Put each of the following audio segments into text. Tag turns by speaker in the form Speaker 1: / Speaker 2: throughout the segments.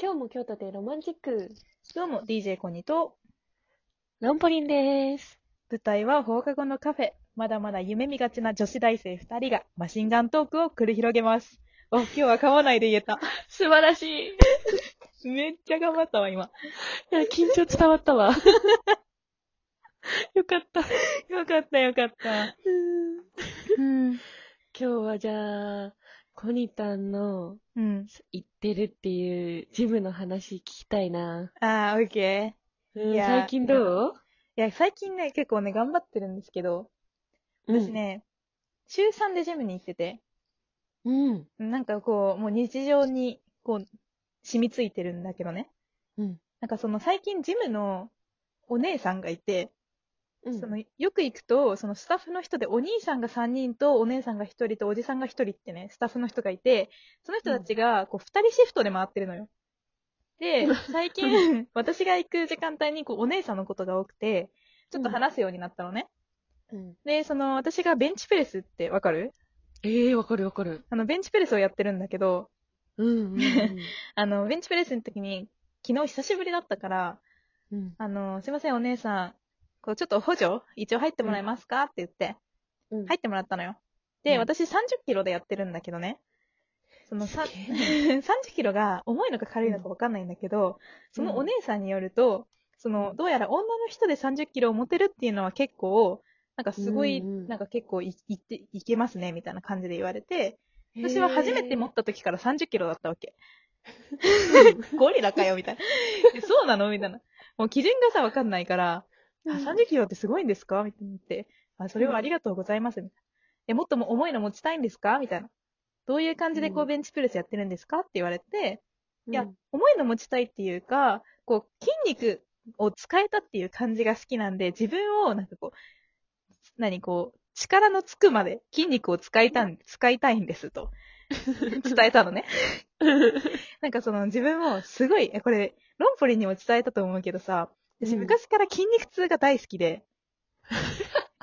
Speaker 1: 今日も京都でロマンチック。
Speaker 2: どうも、DJ コニと、
Speaker 1: ランポリンです。
Speaker 2: 舞台は放課後のカフェ。まだまだ夢見がちな女子大生2人がマシンガントークを繰り広げます。お、今日は噛まないで言えた。
Speaker 1: 素晴らしい。い
Speaker 2: めっちゃ頑張ったわ、今。
Speaker 1: や、緊張伝わった わ。よかった。
Speaker 2: よかった、よかった。
Speaker 1: 今
Speaker 2: うん。
Speaker 1: 日はじゃあ、コニタンの
Speaker 2: うん。
Speaker 1: 行ってるっていうジムの話聞きたいな。
Speaker 2: あー、オッケ
Speaker 1: うん
Speaker 2: いや
Speaker 1: 最近どう
Speaker 2: ー。いや、最近ね、結構ね、頑張ってるんですけど、私。ね、週3でジムに行ってて、
Speaker 1: うん。
Speaker 2: なんかこう、もう日常に、こう、染みついてるんだけどね。
Speaker 1: うん。
Speaker 2: なんかその最近ジムのお姉さんがいて、
Speaker 1: うん。
Speaker 2: そのよく行くと、そのスタッフの人でお兄さんが3人とお姉さんが1人とおじさんが1人ってね、スタッフの人がいて、その人たちがこう2人シフトで回ってるのよ。で、最近私が行く時間帯にこうお姉さんのことが多くて、ちょっと話すようになったのね。
Speaker 1: うん
Speaker 2: で、その私がベンチプレスってわかる
Speaker 1: ええわかるわかる。
Speaker 2: あのベンチプレスをやってるんだけど、
Speaker 1: うんうん
Speaker 2: あのベンチプレスの時に昨日久しぶりだったから、
Speaker 1: うん。うん
Speaker 2: あの、すいませんお姉さん、こうちょっと補助一応入ってもらえますかって言って、
Speaker 1: うん。
Speaker 2: 入ってもらったのよ。で、
Speaker 1: うん
Speaker 2: 私30キロでやってるんだけどね。そのさ
Speaker 1: すげ
Speaker 2: 30キロが重いのか軽いのかわかんないんだけど、そのお姉さんによると、その、どうやら女の人で30キロを持てるっていうのは結構、なんかすごい、
Speaker 1: うんうん
Speaker 2: なんか結構いいっていけますね、みたいな感じで言われて、
Speaker 1: い。
Speaker 2: 私は初めて持
Speaker 1: っ
Speaker 2: った時から30キロだったわけ。ゴリラかよ、みたいな。 えそうなのみたいな。もう基準がさ、わかんないから、 あ、30キロってすごいんですかみたいな言って、あ、それはありがとうございます。みたいな。え、もっとも重いの持ちたいんですかみたいな。どういう感じでこ
Speaker 1: う
Speaker 2: うベンチプレスやってるんですかって言われて、いや
Speaker 1: うん、
Speaker 2: 重いの持ちたいっていうか、こう、筋肉を使えたっていう感じが好きなんで、自分をなんかこう、何こう、力のつくまで筋肉を使いたん、使いたいんですと。伝えたの ね。なんかその自分もすごい、えこれ、ロンポリンにも伝えたと思うけどさ、私
Speaker 1: うん
Speaker 2: 昔から筋肉痛が大好き で、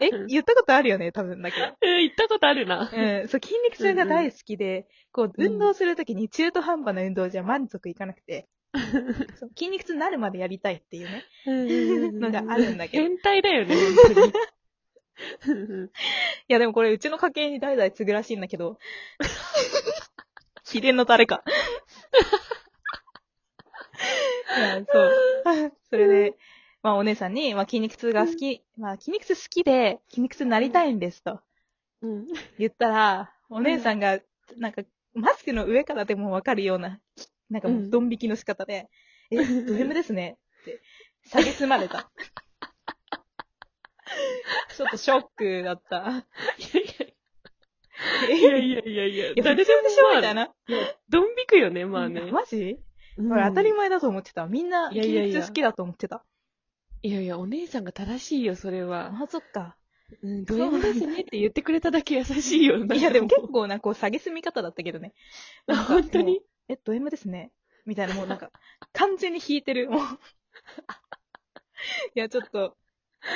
Speaker 2: え、言ったことあるよね、多分だけど。
Speaker 1: えー行ったことあるな。
Speaker 2: うん、そう、筋肉痛が大好きで、こう、運動するときに中途半端な運動じゃ満足いかなくて、そう筋肉痛になるまでやりたいっていうね。
Speaker 1: の
Speaker 2: のがあるんだけど
Speaker 1: 変態だよね、本当に。
Speaker 2: いや、でもこれ、うちの家系に代々継ぐらしいんだけ ど、秘伝のタレ か。いや、そう。それで、まあ、お姉さんに、まあ、筋肉痛が好き、まあ、筋肉痛好きで、筋肉痛になりたいんですと
Speaker 1: うん。
Speaker 2: 言ったら、お姉さんが、なんか、マスクの上からでもわかるような、なんかもう、ドン引きの仕 方で、え、ド M ですねって、下げすま れた。ちょっとショックだった。
Speaker 1: いやいやいやいやい
Speaker 2: いや、
Speaker 1: や、
Speaker 2: それでしょみたいな。
Speaker 1: ドン引くよね、まあね。
Speaker 2: マジ
Speaker 1: うん
Speaker 2: これ当たり前だと思ってた。みんな、
Speaker 1: いやいやいや
Speaker 2: 筋肉痛好きだと思ってた。
Speaker 1: いやいや、お姉さんが正しいよ、それは。
Speaker 2: あ、そっか。
Speaker 1: うん、ド M ですねって言ってくれただけ優しいよ。
Speaker 2: いや、でも結構な、こう、下げすみ方だったけどね。なんか
Speaker 1: 本当
Speaker 2: も
Speaker 1: に
Speaker 2: うえ、ド M ですね。みたいな、もうなんか、完全に引いてる。もう。いや、ちょっと、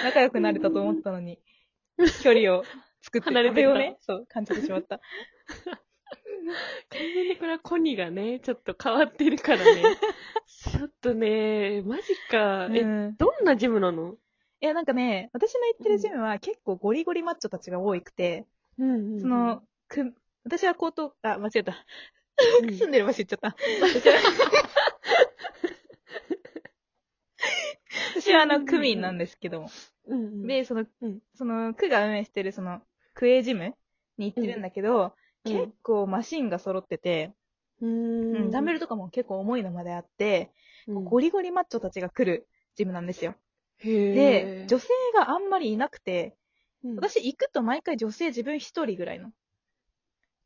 Speaker 2: 仲良くなれたと思ったのに、距離を作って、
Speaker 1: 離れてた
Speaker 2: 壁をね、そう、感じてしまった。
Speaker 1: 完全にこれはコニーがね、ちょっと変わってるから ね。ちょっとね、マジか。
Speaker 2: う
Speaker 1: え、
Speaker 2: ん。
Speaker 1: どんなジムなの
Speaker 2: いや、なんかね、私の行ってるジムは結構ゴリゴリマッチョたちが多くて、
Speaker 1: うん
Speaker 2: その、、く、私は高等、あ、間違えた。
Speaker 1: うん
Speaker 2: 住んでる場所言っちゃった。 私はあの、区民なんですけども。
Speaker 1: うん
Speaker 2: で、その
Speaker 1: うん、
Speaker 2: その、区が運営してるその、区営ジムに行ってるんだけど、
Speaker 1: うん
Speaker 2: 結構マシンが揃ってて、
Speaker 1: うん
Speaker 2: うんダンベルとかも結構重いのまであって、ゴリゴリマッチョたちが来るジムなんですよ。で、女性があんまりいなくて、私行くと毎回女性自分一人ぐらいの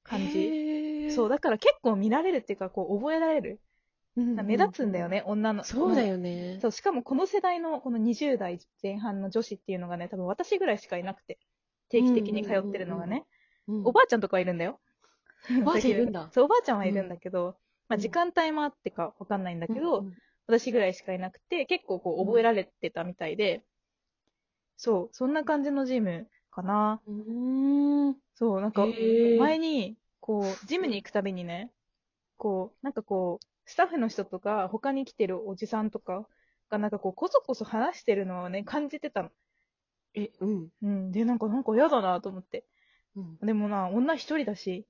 Speaker 2: 感じ。
Speaker 1: じ
Speaker 2: そう、
Speaker 1: だ、
Speaker 2: だから結構見られるっていうか、こう、覚えられる。目立つんだよね、女の。
Speaker 1: そうだ
Speaker 2: よ
Speaker 1: よね。
Speaker 2: そう、しかもこの世代の、この20代前半の女子っていうのがね、多分私ぐらいしかいなくて、定期的に通ってるのがね、
Speaker 1: うん
Speaker 2: おばあちゃんとかはいるんだよ。
Speaker 1: おばあちゃんいるんだ
Speaker 2: そう、おばあちゃんはいるんだけど、まあ時間帯もあってかわかんないんだけ
Speaker 1: う
Speaker 2: ど、
Speaker 1: ん
Speaker 2: 私ぐらいしかいなくて、結構こう覚えられてたみたいで、そう、そんな感じのジムかな。
Speaker 1: うん。うん
Speaker 2: そう、なんか
Speaker 1: へー、
Speaker 2: 前に、こう、ジムに行くたびにね、こう、なんかこう、スタッフの人とか、他に来てるおじさんとかが、なんかこう、こそこそ話してるのをね、感じてたの。
Speaker 1: え、うん。
Speaker 2: うん。で、なんか、なんか嫌だなと思って。
Speaker 1: うん。
Speaker 2: でもな、女一人だし、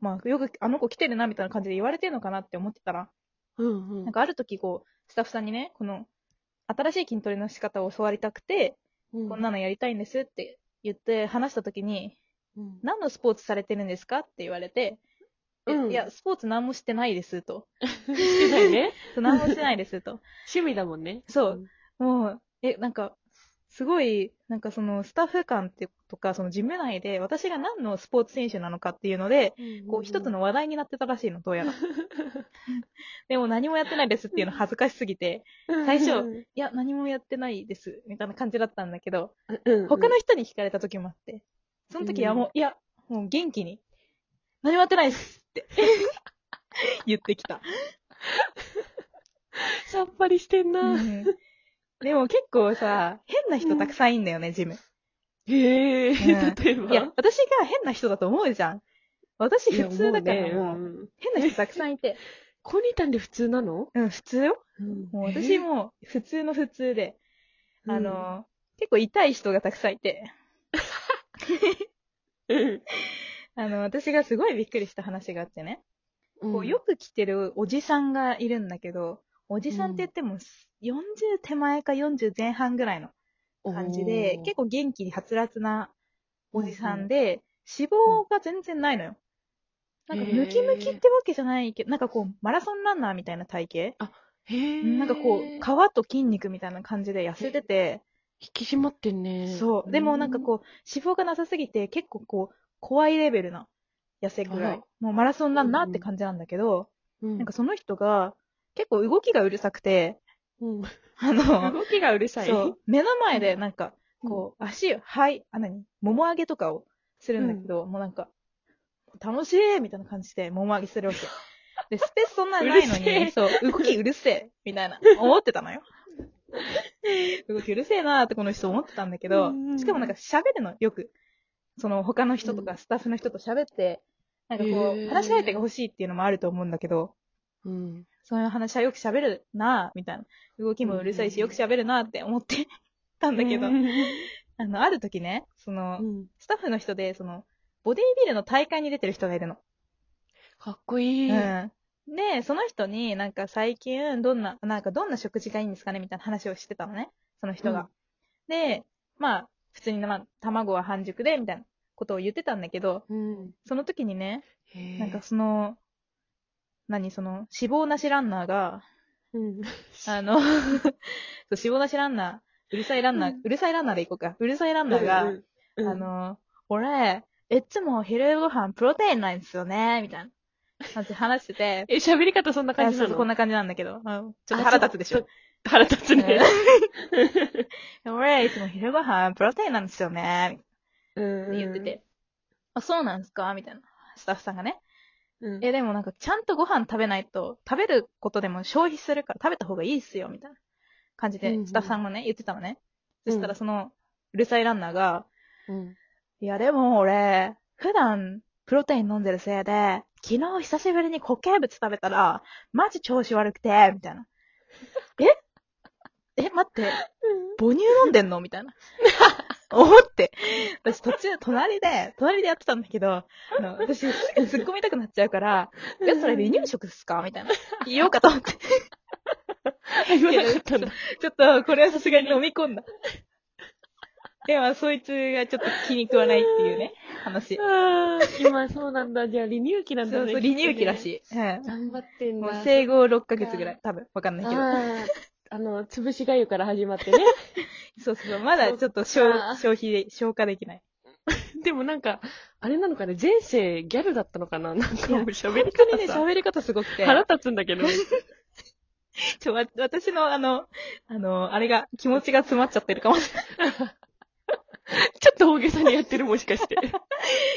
Speaker 2: まあ、よく、あの子来てるな、みたいな感じで言われてるのかなって思ってたら、
Speaker 1: うん。
Speaker 2: なんかある時こう、スタッフさんにね、この、新しい筋トレの仕方を教わりたくて、
Speaker 1: うん、
Speaker 2: こんなのやりたいんですって言って話した時に、
Speaker 1: うん、
Speaker 2: 何のスポーツされてるんですかって言われて、え
Speaker 1: うん
Speaker 2: いや、スポーツ何もしてないですと。
Speaker 1: してないね。
Speaker 2: そう何もしてないで すと。
Speaker 1: 趣味だもんね。
Speaker 2: そう。もう、え、なんか、すごい、なんかそのスタッフ間ってとか、その事務内で私が何のスポーツ選手なのかっていうので、
Speaker 1: うん。
Speaker 2: こう一つの話題になってたらしいの、どう やら。でも何もやってないですっていうの恥ずかしすぎて、
Speaker 1: うん、
Speaker 2: 最初
Speaker 1: うん
Speaker 2: いや、何もやってないです、みたいな感じだったんだけど、
Speaker 1: うん、
Speaker 2: 他の人に聞かれた時もあって、その時はもう、いや、もう元気に、何もやってないですって 言ってきた。
Speaker 1: さっぱりしてんな。
Speaker 2: うんでも結構さ、変な人たくさんいんだよね、ジム。
Speaker 1: へえ、
Speaker 2: うん
Speaker 1: 例えば。
Speaker 2: いや、私が変な人だと思うじゃん。私
Speaker 1: いや
Speaker 2: 普通だから、
Speaker 1: 思う
Speaker 2: もう
Speaker 1: ねうん
Speaker 2: 変な人たくさんい て。
Speaker 1: コニタンで普通なの
Speaker 2: うん、普通よ。もう私
Speaker 1: も、
Speaker 2: もう普通の普通で、
Speaker 1: うん
Speaker 2: あの、結構痛い人がたくさんいて、
Speaker 1: うん
Speaker 2: あの、私がすごいびっくりした話があってね。こうよく着てるおじさんがいるんだけど、おじさんって言っても40手前か40前半ぐらいの感じで、結構元気ではつらつなおじさんで、脂肪が全然ないのよ。なんかムキムキってわけじゃないけど、なんかこうマラソンランナーみたいな体型
Speaker 1: 構、へー
Speaker 2: なんかこう
Speaker 1: 引
Speaker 2: 皮と筋肉みたいな感じで痩せてて、
Speaker 1: き締まってんね。
Speaker 2: そう。でもなんかこう脂肪がなさすぎて結構こう怖いレベルな痩せ具
Speaker 1: あ
Speaker 2: 合
Speaker 1: ら。
Speaker 2: もうマラソンランナーって感じなんだけど、
Speaker 1: うん、
Speaker 2: なんかその人が、結構動きがうるさくて、
Speaker 1: うん、
Speaker 2: あの、
Speaker 1: 動 きがうるさい。
Speaker 2: そう、目の前でなんか、こう、足、はい、あ、何もも上げとかをするんだけど、もうなんか、楽しいみたいな感じで、もも上げするわけ。 で、スペースそんなにないの
Speaker 1: うるせえ
Speaker 2: に、そう、動きうるせえみたいな、思ってたの よ。動きうるせえなーってこの人思ってたんだけど
Speaker 1: うんうんう、ん
Speaker 2: しかもなんか喋るの、よく。その、他の人と
Speaker 1: う
Speaker 2: かスタッフの人と喋って、なんかこ
Speaker 1: へ
Speaker 2: う、
Speaker 1: ー
Speaker 2: 話し相手が欲しいっていうのもあると思うんだけど、
Speaker 1: う。うん。
Speaker 2: そういう話はよく喋るなぁ、みたいな。動きもうるさいし、
Speaker 1: うん
Speaker 2: よく喋るなぁって思ってたんだけど
Speaker 1: う、ん
Speaker 2: あの、ある時ね、その、スタッフの人で、その、ボディービルの大会に出てる人がいるの。
Speaker 1: かっこいい。
Speaker 2: うん。で、その人になんか最近、どんな、なんかどんな食事がいいんですかねみたいな話をしてたのね、その人が。で、まあ、普通に、まあ、卵は半熟で、みたいなことを言ってたんだけど、
Speaker 1: うん。
Speaker 2: その時にね、
Speaker 1: へー
Speaker 2: なんか、その、何、その、脂肪なしランナー が、
Speaker 1: うん。
Speaker 2: あの、そう、脂肪なしランナー、うるさいランナー、
Speaker 1: う
Speaker 2: うんるさいランナーでいこうか。うるさいランナーが、
Speaker 1: うん、うん、
Speaker 2: あ、の、俺、いつも昼ご飯プロテインないんですよね、みたいな。なんて話してて
Speaker 1: え、喋り方そんな感
Speaker 2: あ
Speaker 1: じ
Speaker 2: そ
Speaker 1: な
Speaker 2: うそ
Speaker 1: の
Speaker 2: うこんな感じなんだけど、うんちょっと腹立つでし。
Speaker 1: あ
Speaker 2: ょ
Speaker 1: ち。ょ腹立つね。
Speaker 2: 俺、いつも昼ご飯プロテインなんですよね、って
Speaker 1: う
Speaker 2: 言ってて。。あ、そうなんですかみたいな。スタッフさんがね。
Speaker 1: うん
Speaker 2: え、でもなんか、ちゃんとご飯食べないと、食べることでも消費するから食べた方がいいっすよ、みたいな感じ
Speaker 1: うん
Speaker 2: で
Speaker 1: う、ん
Speaker 2: スタッフさんもね、言ってたのね。そした
Speaker 1: うん
Speaker 2: ら、その、うるさいランナーが、
Speaker 1: うん
Speaker 2: いや、でも俺、普段、プロテイン飲んでるせいで、昨日久しぶりに固形物食べたら、マジ調子悪くて、みたいな。 ええ、待って、母乳飲んでんのみたいな。 思って。私途中、隣で、隣でやってたんだけど、あの私、突っ込みたくなっちゃうから、え、それ離乳食っすかみたいな。言おうかと思って。
Speaker 1: 言わなか ったんだ。
Speaker 2: ちょっと、これはさすがに飲み込 んだ。でも、そいつがちょっと気に食わないっていうね、話。そう
Speaker 1: あー今そうなんだ。じゃあ離乳期なんだ
Speaker 2: そう、
Speaker 1: ね。
Speaker 2: 離乳期らしい。うん
Speaker 1: きっとね。頑張ってん
Speaker 2: もう
Speaker 1: だ。
Speaker 2: 生後6ヶ月ぐらい、多分、わかんないけど。
Speaker 1: あーあの、つぶしがゆから始まってね。
Speaker 2: そうそうそう、まだちょっと
Speaker 1: そ
Speaker 2: 消
Speaker 1: っか
Speaker 2: 消費で、消化できない。
Speaker 1: でもなんか、あれなのかね、前世ギャルだったのかな なんかもう喋
Speaker 2: 本
Speaker 1: り
Speaker 2: 当に
Speaker 1: 方
Speaker 2: ね、
Speaker 1: さ、
Speaker 2: 喋り方すごくて。
Speaker 1: 腹立つんだけど。
Speaker 2: ちょ、わ私のあの、あの、あれが、気持ちが詰まっちゃってるかもしれない。
Speaker 1: ちょっと大げさにやってる、もしかして。
Speaker 2: い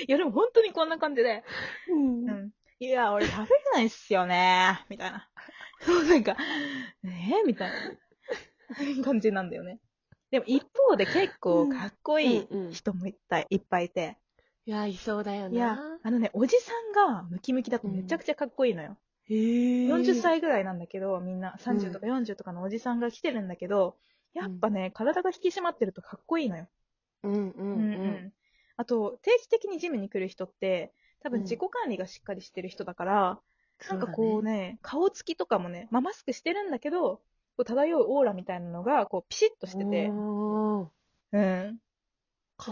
Speaker 2: や、でも本当にこんな感じで。
Speaker 1: うん
Speaker 2: うん。いや、俺食べれないっすよねみたいな。 そう、なんか、ねえみたいな 感じなんだよね。でも一方で結
Speaker 1: う
Speaker 2: 構
Speaker 1: ん
Speaker 2: かっこいい
Speaker 1: うんうん
Speaker 2: 人もいっぱいいっぱいいて。
Speaker 1: いや、いそうだよ
Speaker 2: いや
Speaker 1: な。、
Speaker 2: あのね、おじさんがムキムキだとめちゃくちゃかっこいいのよ。
Speaker 1: えー、
Speaker 2: 40歳ぐらいなんだけど、みんな30とか40とかのおじさんが来てるんだけど、やっぱね、体が引き締まってるとかっこいいのよ。
Speaker 1: うんうん
Speaker 2: うんうんあと、定期的にジムに来る人って、多
Speaker 1: う
Speaker 2: 分
Speaker 1: ん
Speaker 2: 自己管理がしっかりしてる人だから、
Speaker 1: な
Speaker 2: なんん
Speaker 1: か
Speaker 2: か
Speaker 1: こ
Speaker 2: こ
Speaker 1: う
Speaker 2: う
Speaker 1: ね、
Speaker 2: ね、顔つきとかもね、まあ、マスクしてるんだけど、こう漂うオーラみたいなのが、こう、ピシッとしてて、
Speaker 1: おー
Speaker 2: うん。そ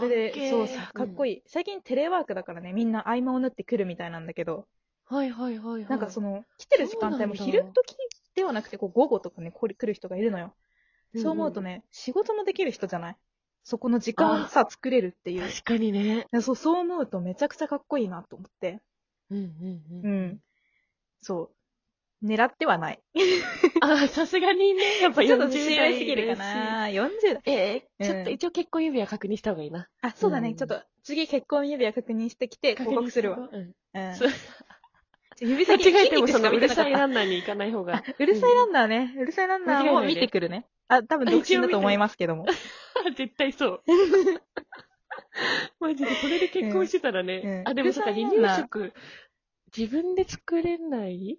Speaker 1: か
Speaker 2: れ
Speaker 1: っけ
Speaker 2: で、
Speaker 1: ー
Speaker 2: そうさ、かっこ
Speaker 1: いい。
Speaker 2: いい、最近テレワークだからね、みんな合間を縫ってくるみたいなんだけど、
Speaker 1: はいはいはいはい。
Speaker 2: なんかその、来てる時間帯も
Speaker 1: そうなんだ
Speaker 2: 昼時ではなくて、こう、午後とかね、これ来る人がいるのよ。
Speaker 1: ん
Speaker 2: そう思うと、ね、仕事もできる人じゃないそこの時間をさ、作れるっていう。
Speaker 1: 確かにね。
Speaker 2: そう、そう思うとめちゃくちゃかっこいいなと思って。
Speaker 1: うんうん
Speaker 2: う
Speaker 1: うん。
Speaker 2: ん。そう。狙ってはない。
Speaker 1: あ、さすがにね、やっぱ40代
Speaker 2: ちょっと年上すぎる
Speaker 1: だ
Speaker 2: か
Speaker 1: し。
Speaker 2: な。40代。
Speaker 1: えー、ちょっと
Speaker 2: うん
Speaker 1: 一応結婚指輪確認した方がいいな。
Speaker 2: あ、そうだ
Speaker 1: う
Speaker 2: ね。
Speaker 1: ん
Speaker 2: ちょっと、次結婚指輪確認してきて、報告するわ。
Speaker 1: うん。
Speaker 2: うん
Speaker 1: そう
Speaker 2: 指
Speaker 1: 間
Speaker 2: 先
Speaker 1: 違えてもそ
Speaker 2: 筋肉しか
Speaker 1: のう
Speaker 2: 見て
Speaker 1: る
Speaker 2: なか
Speaker 1: さ
Speaker 2: っ
Speaker 1: い
Speaker 2: た
Speaker 1: ランナーに行かない方 が。
Speaker 2: うるさいランナーね。うるさいランナーも見てくるね。あ、多分独身だと思いますけども。
Speaker 1: 絶対そう。 マジで、これで結婚してたらね。
Speaker 2: うん
Speaker 1: あ、でもそっか、
Speaker 2: うる
Speaker 1: 離
Speaker 2: さいな
Speaker 1: 乳食、自分で作れない
Speaker 2: い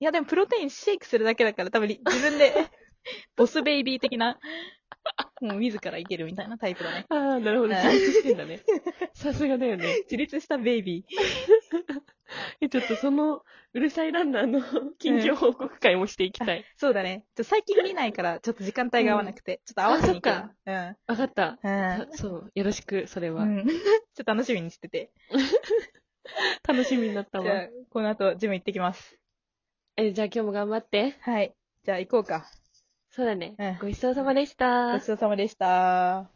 Speaker 2: や、でもプロテインシェイクするだけだから、多分り自 分で、ボスベイビー的な、もう自らいけるみたいなタイプだね。
Speaker 1: ああ、なるほど。
Speaker 2: うん
Speaker 1: 自立してん だね。さすがだよね。
Speaker 2: 自立したベイビー。
Speaker 1: え、ちょっとその、うるさいランナーの近況報告会もしていきたい。
Speaker 2: そうだね。ちょ最近見ないから、ちょっと時間帯が合わなくて、ちょっと合わせに行くわ。う ん。
Speaker 1: わかった。
Speaker 2: うん
Speaker 1: そう、よろしく、それは。
Speaker 2: うん。ち ょっと楽しみにしてて。
Speaker 1: 楽しみになった
Speaker 2: じゃあ
Speaker 1: わ。、
Speaker 2: この後、ジム行ってきます。
Speaker 1: え、じゃあ今日も頑張って。
Speaker 2: はい。じゃあ、行こうか。
Speaker 1: そうだね。
Speaker 2: うん
Speaker 1: ごちそうさまでした。
Speaker 2: ごちそうさまでした。